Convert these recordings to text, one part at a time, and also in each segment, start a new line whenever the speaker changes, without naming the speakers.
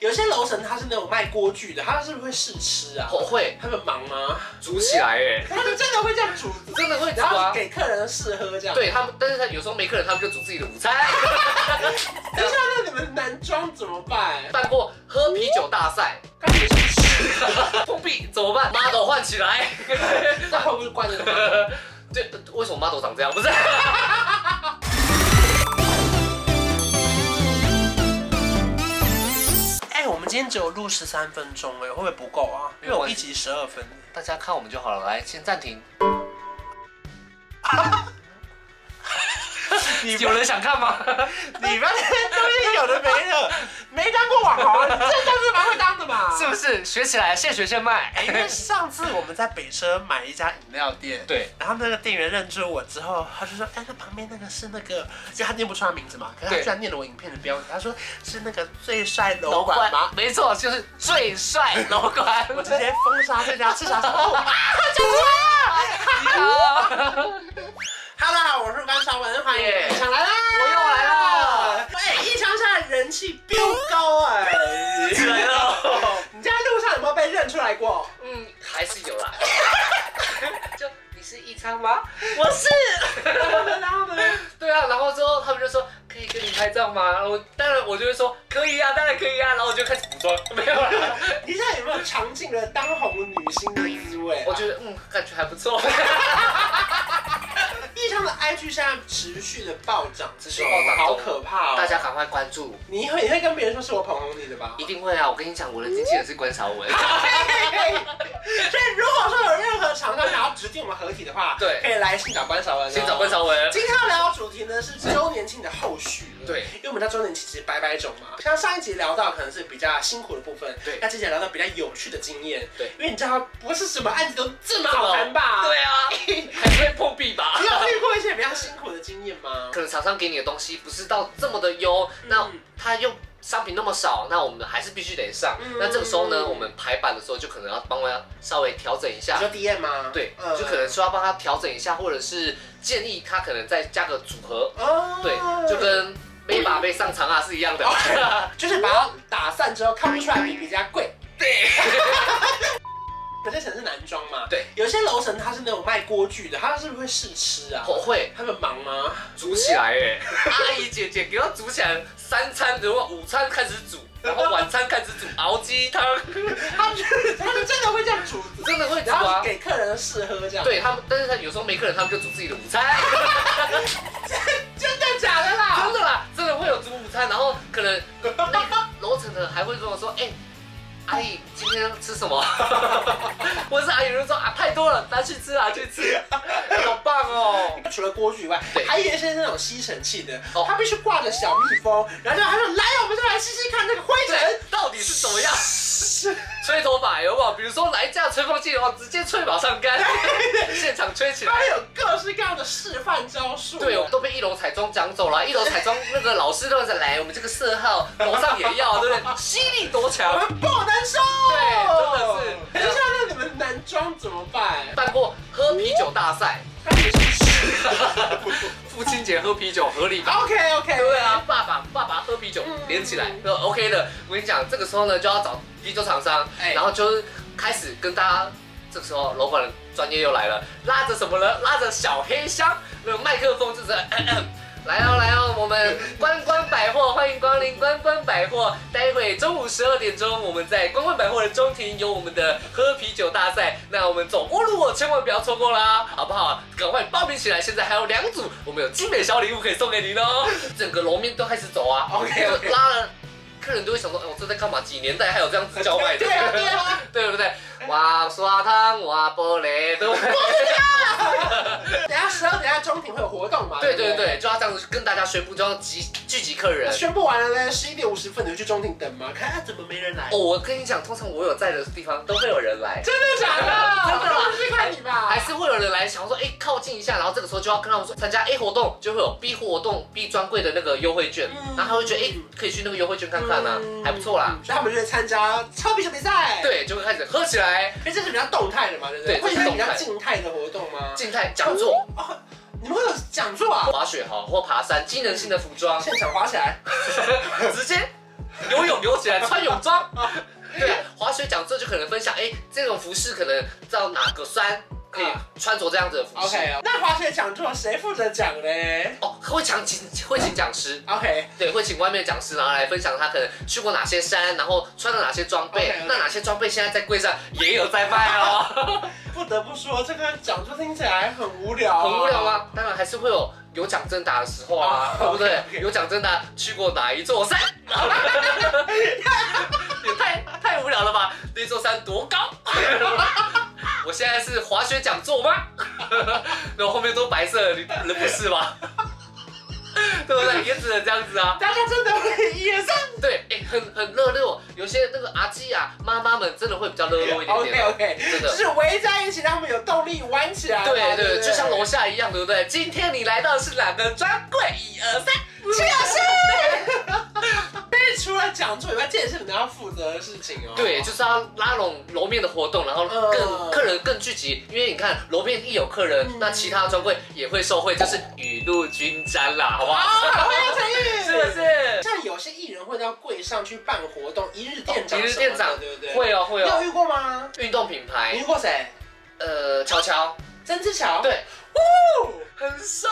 有些楼层它是那种卖锅具的，它是不是会试吃啊？
我哦会
他们忙吗？
煮起来耶，
他们真的会这样煮，
真的会煮
然后
啊。
给客人试喝这样。，
对他们，但是他有时候没客人，他们就煮自己的午餐。
等一下，那你们男装怎么办？
办过喝啤酒大赛，
干脆去
碰壁怎么办？model 换起来。
那会不会关着门？
对，为什么 model 长这样？不是。
哎、我们今天只有录十三分钟哎，会不会不够啊？因为我一集十二分。
大家看我们就好了，来，先暂停。
你
有人想看吗？
你们这边有的没的，没当过网红，你这当是蛮会当的嘛。
是不是？学起来，现学现卖。
因为上次我们在北车买一家饮料店，
对，
然后那个店员认出我之后，他就说：“哎，那旁边那个是那个，就他念不出他名字嘛，可是他
对
居然念了我影片的标题，他说是那个最帅楼管吗？
没错，就是最帅楼管。
我直 接封杀这家，至少是哦。
哎
哈喽，大家好，我是关少文，欢迎
耶
一强来啦！
我又来啦！
哎，一强现在人气飙高哎、
起来了。
你在路上有没有被认出来过？
嗯，还是有 啦。就你是一昌吗？ 我是。
然后呢？
对啊，然后之后他们就说可以跟你拍照吗？然后我当然我就会说可以啊，当然可以啊，然后我就开始补妆，没有啦。
你现在有没有尝尽了当红女星的滋味啊？
我觉得嗯，感觉还不 错。
一昌的 IG 现在持续的暴涨，持
续暴涨
好可怕哦！
大家赶快关注，
你会你会跟别人说是我捧红你的 吧？
一定会啊！我跟你讲，我的经纪人是关潮文。
所以如果说有任何厂商想要指定我们合体的话，
对
可以来信找关少文、
先找关。潮文。
今天要聊的主题呢是周年庆的后续了
对，
因为我们在周年庆其实百百种嘛，像上一集聊到可能是比较辛苦的部分，
对
那接下来聊到比较有趣的经验，
对，
因为你知道不是什么案子都这么好谈吧？，
对啊，还是会碰壁吧
你。有遇过一些比较辛苦的经验吗？嗯
可能厂商给你的东西不是到这么的优，那他又商品那么少，那我们还是必须得上。
嗯
那这个时候呢，我们排版的时候就可能要帮我稍微调整一
你
下。
说 DM 吗？
对
嗯，
就可能说要帮他调整一下，或者是建议他可能再加个组合，
哦，
对，就跟没把被上场啊是一样的。
就是把它打散之后看不出来比别家贵。
对，
有些城是男装嘛，
对，
有些楼层它是那种卖锅具的，它是不是会试吃啊？
我会
他们忙吗？
煮起来耶，阿姨姐姐给我煮起来，三餐如果午餐开始煮，然后晚餐开始煮熬鸡汤，
他们 他们真的会这样煮，
真的会煮
然后
啊。
给客人试喝这样。，
对他们，但是他有时候没客人，他们就煮自己的午餐。
真的假的啦
真？的啦，真的会有煮午餐，然后可能那楼层的还会跟我说，哎、阿姨今天吃什么？ 我是阿姨就说啊，太多了，拿去吃啊，去吃， 好棒哦。
除了锅具以外
对，
还有一些那种吸尘器的，
哦
它必须挂着小蜜蜂，然后就他说来，我们就来试试看那个灰
对哎
尘，
到底是怎么样？吹头发有没有？比如说来一架吹风机的话，直接吹马上干， 现场吹起来
它。有各式各样的示范招数。
对，我们都被一楼彩妆讲走了，一楼彩妆那个老师都在来，我们这个色号楼上也要，对不对？吸力多强
我！们不能收。
对真的是
等一下，那你们男装怎么办？
办过喝啤酒大赛，
他们是
父亲节喝啤酒合理吧？
OK OK，
对啊，，爸爸爸爸喝啤酒
嗯
连起来，那 OK 的。我跟你讲，这个时候呢就要找啤酒厂商，
哎
然后就是开始跟大家。这个时候楼管的专业又来了，拉着什么呢？拉着小黑箱，那个麦克风就是。呃咳咳来哦来哦，我们关关百货欢迎光临关关百货。待会中午十二点钟，我们在关关百货的中庭有我们的喝啤酒大赛。那我们走过路过千万不要错过啦，好不好？赶快报名起来，现在还有两组，我们有精美小礼物可以送给您哦。整个楼面都开始走啊
OK，OK
拉了，客人都会想说，哦，这在干嘛？几年代还有这样子叫卖的？
对啊对啊，
对不对？哇，刷汤哇，玻璃，对不对？
等一下十二点在中庭会有活动嘛？
对
对
对
不对。
对，就要这样子跟大家宣布，就要集聚集客人
那。宣布完了呢，十一点五十分你就去中庭等嘛，看啊怎么没人来
哦，。我跟你讲，通常我有在的地方都会有人来，
真的假的？
真的啦
不是看你吧？
还是会有人来想说，哎、靠近一下，然后这个时候就要跟他们说，参加 A 活动就会有 B 活动 B 专柜的那个优惠券，
嗯
然后他会觉得，哎、可以去那个优惠券看看啊，
嗯
还不错啦。
所以他们就会参加超啤酒比赛。，
对，就会开始喝起来，
因为这是比较动态的嘛，对不对？
对
会
这是
有比
动
较
态
静态的活动吗？
静态讲座、
哦，你们会有讲座啊？
滑雪好或爬山，机能性的服装，
现场滑起来，
直接游泳游起来，穿泳装。对啊，滑雪讲这就可能分享，哎，这种服饰可能到哪个山可以
啊
穿着这样子的服饰。
OK，那哦滑雪讲座谁负责讲嘞
哦，会请请会请讲师，
？OK，
对，会请外面的讲师，然后来分享他可能去过哪些山，然后穿了哪些装备
OK，OK
那哪些装备现在在柜上也有在卖 哦，
不得不说这个讲座听起来很无聊、啊，
很无聊？吗？当然还是会有有奖征答的时候啊，
哦
对不对
OK，OK
有奖征答去过哪一座山？ 也太太无聊了吧？那座山多高？ 我现在是滑雪讲座吗？ 然后后面都白色的，你人不是吗？ 对不对？也只能这样子啊。
大家真的会野生
对，哎、很很热络，有些那个阿基啊，妈妈们真的会比较热络一点点
？OK
的
OK，
真
就
的。
是围在一起，让他们有动力玩起来嘛。对
对对，
不
就像楼下一样，对不对？今天你来到的是哪个专柜？一二三，七
啊
老师。
但是啊除了讲座以外，这也是你们要负责的事情哦。
对，就是要拉拢楼面的活动，然后
嗯
更客人更聚集，因为你看楼面一有客人
嗯，
那其他专柜也会受惠，就是雨露均沾啦，好不
啊，
哦好？
好会用成语，
是不？是？
像有些艺人会到柜上去办活动，一日店长
一日
什么的，
店长
对不对？，
会哦会
你有
哦，
遇过吗？
运动品
你遇
牌，
过谁？
呃，乔乔，
曾之乔。
对，
哦，
很瘦，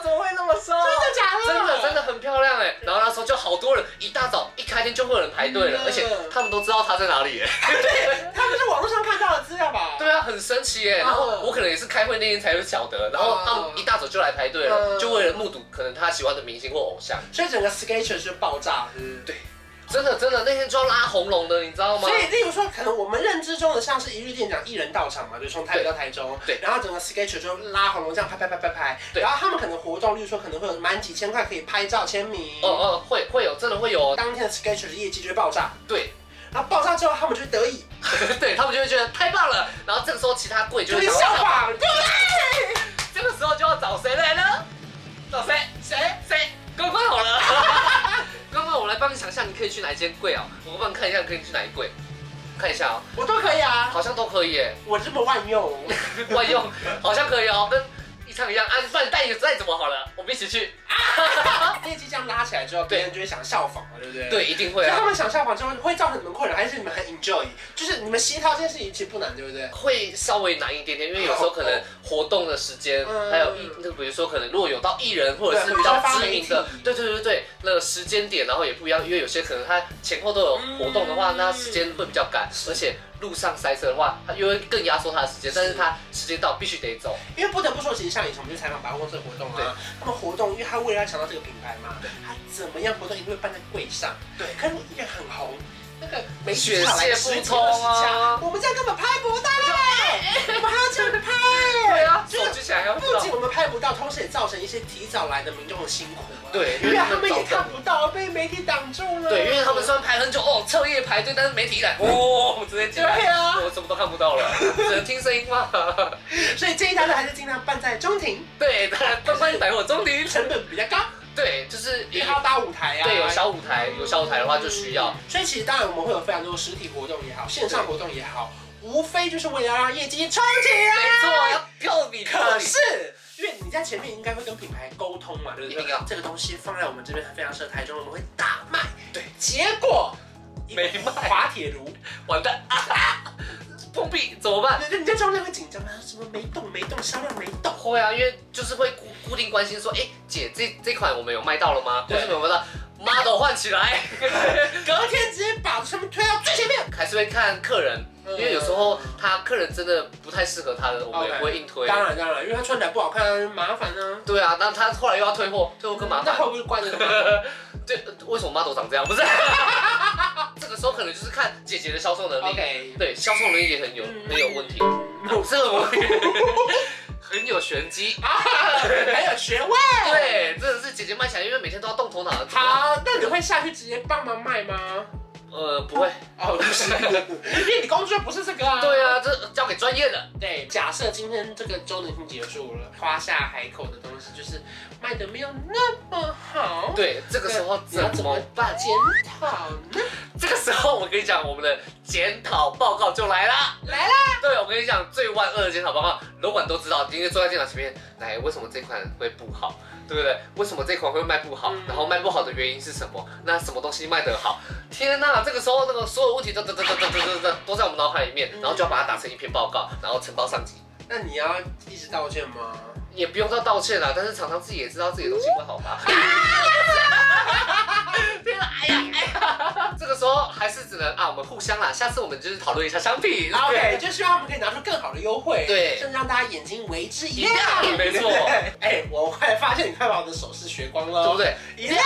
怎么会那么瘦？
真的假的？
真的真的很漂亮哎，然后那时候就好多人，一大早一开店就会有人排队了
嗯，
而且他们都知道他在哪里哎。
的，他们是网络上看到的资料吧？
对啊，很神奇哎。
嗯
然后我可能也是开会那天才会晓得，然后他们一大早就来排队了，
嗯
就为了目睹可能他喜欢的明星或偶像。
所以整个 sketch 是爆炸，嗯，
对真的真的，那天就要拉红龙的，你知道吗
所？以，例如说，可能我们认知中的像是一日店长一人到场嘛，就从台北到台中，
对
然后整个 sketch 就拉红龙这样拍拍拍拍拍，
对
然后他们可能活动，例如说可能会有满几千块可以拍照签名，
哦哦，会会有，真的会有哦。
当天的 sketch 的业绩就会爆炸，
对，
然后爆炸之后他们就得以
对他们就会觉得太棒了。然后这个时候其他柜就
就
会
是效
想要，
仿，对
这个时候就要找谁来呢？找谁？谁？谁？关关好了。 关关，我来帮你想一下，你可以去哪一间柜啊？我帮你看一下，可以去哪一柜？看一下哦，
我都可以啊，
好像都可以耶，
我这么万 用，
万用，好像可以哦，跟一唱一样啊。不然你带一个再怎么好了，我们一起去。
业绩这样拉起来之后，
对
别人就会想效仿嘛，对不对？。
对，一定会
所以
啊
他。们想效仿之后会造成你们困扰，还是你们很 enjoy？就是你们吸套这件事情其实不难，对不对？
会稍微难一点点，因为有时候可能活动的时间，
嗯
还有艺，那个比如说可能如果有到艺人或者是比较知名的，对对对对对，那个时间点然后也不一样，因为有些可能他前后都有活动的话，
嗯
那时间会比较赶，而且路上塞车的话，他又会更压缩他的时间，但是他时间到必须得走，
因为不得不说，其实像以前我们去采访百货公司的活动
对
啊，他们活动，因为他为了要强调这个品牌嘛，他怎么样活动一定会办在柜上。
对
可是一个很红，那个没
血泄不通啊
我们这样根本拍不到嘞，我们还要这样拍。
对啊，
就
手
是
举起来还要
不
走
仅，我们拍不到，同时也造成一些提早来的民众很辛苦啊。，
对，
因为他们也
早
看不到，被媒体挡住了。
对，因为他们虽然排很久哦，彻夜排队，但是媒体一来，哦，我直接进
啊对
来，
啊，
我什么都看不到了，只能听声音嘛。
所以建议大家还是尽量办在中庭，
对，当然，关关百货中庭，
成本比较高，
对，就是
因为它要搭舞台啊。
对，有小舞台，有小舞台的话就需要。
所以其实当然我们会有非常多实体活动也好，线上活动也好，无非就是为了让业绩冲
没
起
错，要票你
来。
票
可
你。
是。因为你在前面应该会跟品牌沟通嘛，对不对？
一定要
这个东西放在我们这边非常适合台中，我们会大卖。
对，
结果
没卖
滑铁卢，
完蛋，啊碰壁怎么办？
人家中间会紧张，他说什么没动没动，销量没动。
会啊，因为就是会固固定关心说，哎，姐，这这款我们有卖到了吗？或
对
是有没有到 model 换起来？
隔天直接把他们推到最前面，
还是会看客人，因为有时候他客人真的不太适合他的，我们也不会硬推。
呃当然当然，因为他穿起来不好看，麻烦啊。
对啊，那他后来又要退货，退货更麻
那
烦
会。不会怪那个麻烦？
对，呃为什么 model 长这样？不 是，这个时候可能就是看姐姐的销售能力。
OK，
对，销售能力也很有
嗯
很有问题，这个 我很有玄机。
啊，很有学问。
对，真的是姐姐卖起来，因为每天都要动头脑。怎么样，
好，那你会下去直接帮忙卖吗？
呃，不会。
哦，不是， 因为你工作不是这个啊。
对，啊，这交给专业的。
对。假设今天这个周年庆结束了，夸下海口的东西就是卖的没有那么好，，
对，这个时候
你要
怎
怎
么
么
办？
检讨呢？
这个时候我跟你讲，我们的检讨报告就来啦。
来啦，
对，我跟你讲，最万恶的检讨报告，楼管都知道，因为坐在电脑前面，来，为什么这款会不好？对不对？为什么这款会卖不好
嗯？
然后卖不好的原因是什么？那什么东西卖得好？天呐，这个时候那个所有问题都都都都都都都都在我们脑海里面
嗯，
然后就要把它打成一篇报告，然后呈报上级。
那你要一直道歉吗？
也不用到道歉啦，但是厂商自己也知道自己的东西不好 吧？天啊哎呀哎呀！这个时候还是只能啊，我们互相啦，下次我们就是讨论一下商品。
OK，就希望我们可以拿出更好的优惠，
对
甚至让大家眼睛为之一
一亮没错
对 哎、我后来发现你快把我的手势学光了， 哦
对不？对？
一 亮，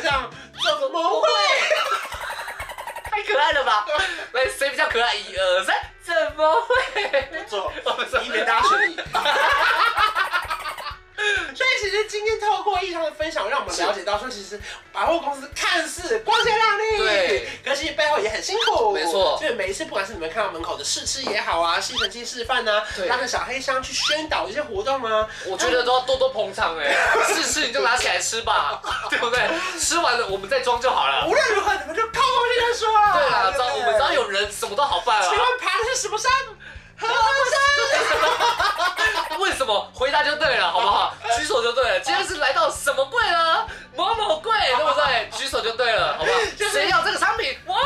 这样做怎么会？
太可爱了吧！来，谁比较可爱？一二三，怎么会？
不错，
我们
以免大家学你。所以其实今天透过异常的分享，让我们了解到说，其实呃百货公司看似光鲜亮丽，
对，
可是其实背后也很辛苦，
没错
所以每一次不管是你们看到门口的试吃也好啊，吸尘器示范啊，
对
拉着小黑箱去宣导一些活动啊，
我觉得都要多多捧场哎，试吃你就拿起来吃吧， 对不对？吃完了我们再装就好了。
无论如何你们就靠过去再说了。
对啦，只
不
要我们只要有人，什么都好办啊
请。问爬的是什么山？合欢山。
哎为什么？回答就对了，好不 好？举手就对了。今天是来到什么柜呢？某某柜，对不 对？举手就对了，好不好？
就是
谁要这个商品？哇！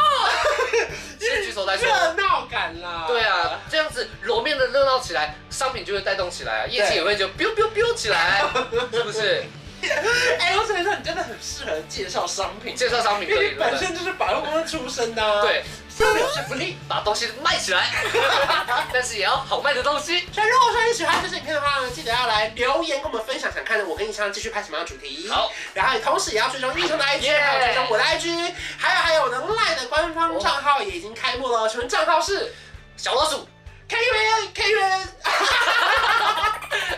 先举手 再说。
热闹感啦。
对啊，这样子楼面的热闹起来，商品就会带动起来啊，业绩也会就 biu biu biu 起 来，是不是？
哎、我只能说你真的很适合介绍商品，
介绍商品
因
可
为
以，对
你
不
本
对？
身就是百货公司出身的、 啊。，
对，
这有说服力。
把东西卖起 来，但是也要好卖的东西。
所以如果说你喜欢这支影片的话呢，记得要来留言跟我们分享，想看我跟你商继续拍什么样的主题。
好，
然后你同时也要追踪英雄的 IG，、
Yeah
还有追踪我的 IG，还有还有我的 LINE 的官方账号也已经开幕了，请问账号是
小老鼠，
K U N K U N，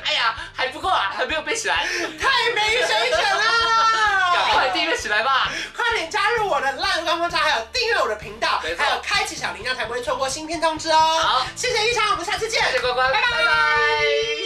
哎呀，还不够啊，还没有背起 来，
太没水准 了！
赶快订阅起来吧。
快点加入我的 LINE 官方账号，还有订阅我的频道，
没错
还有开启小铃铛，才不会错过新片通知哦。
好，
谢谢一场，我们下次见，
谢谢关关，拜拜。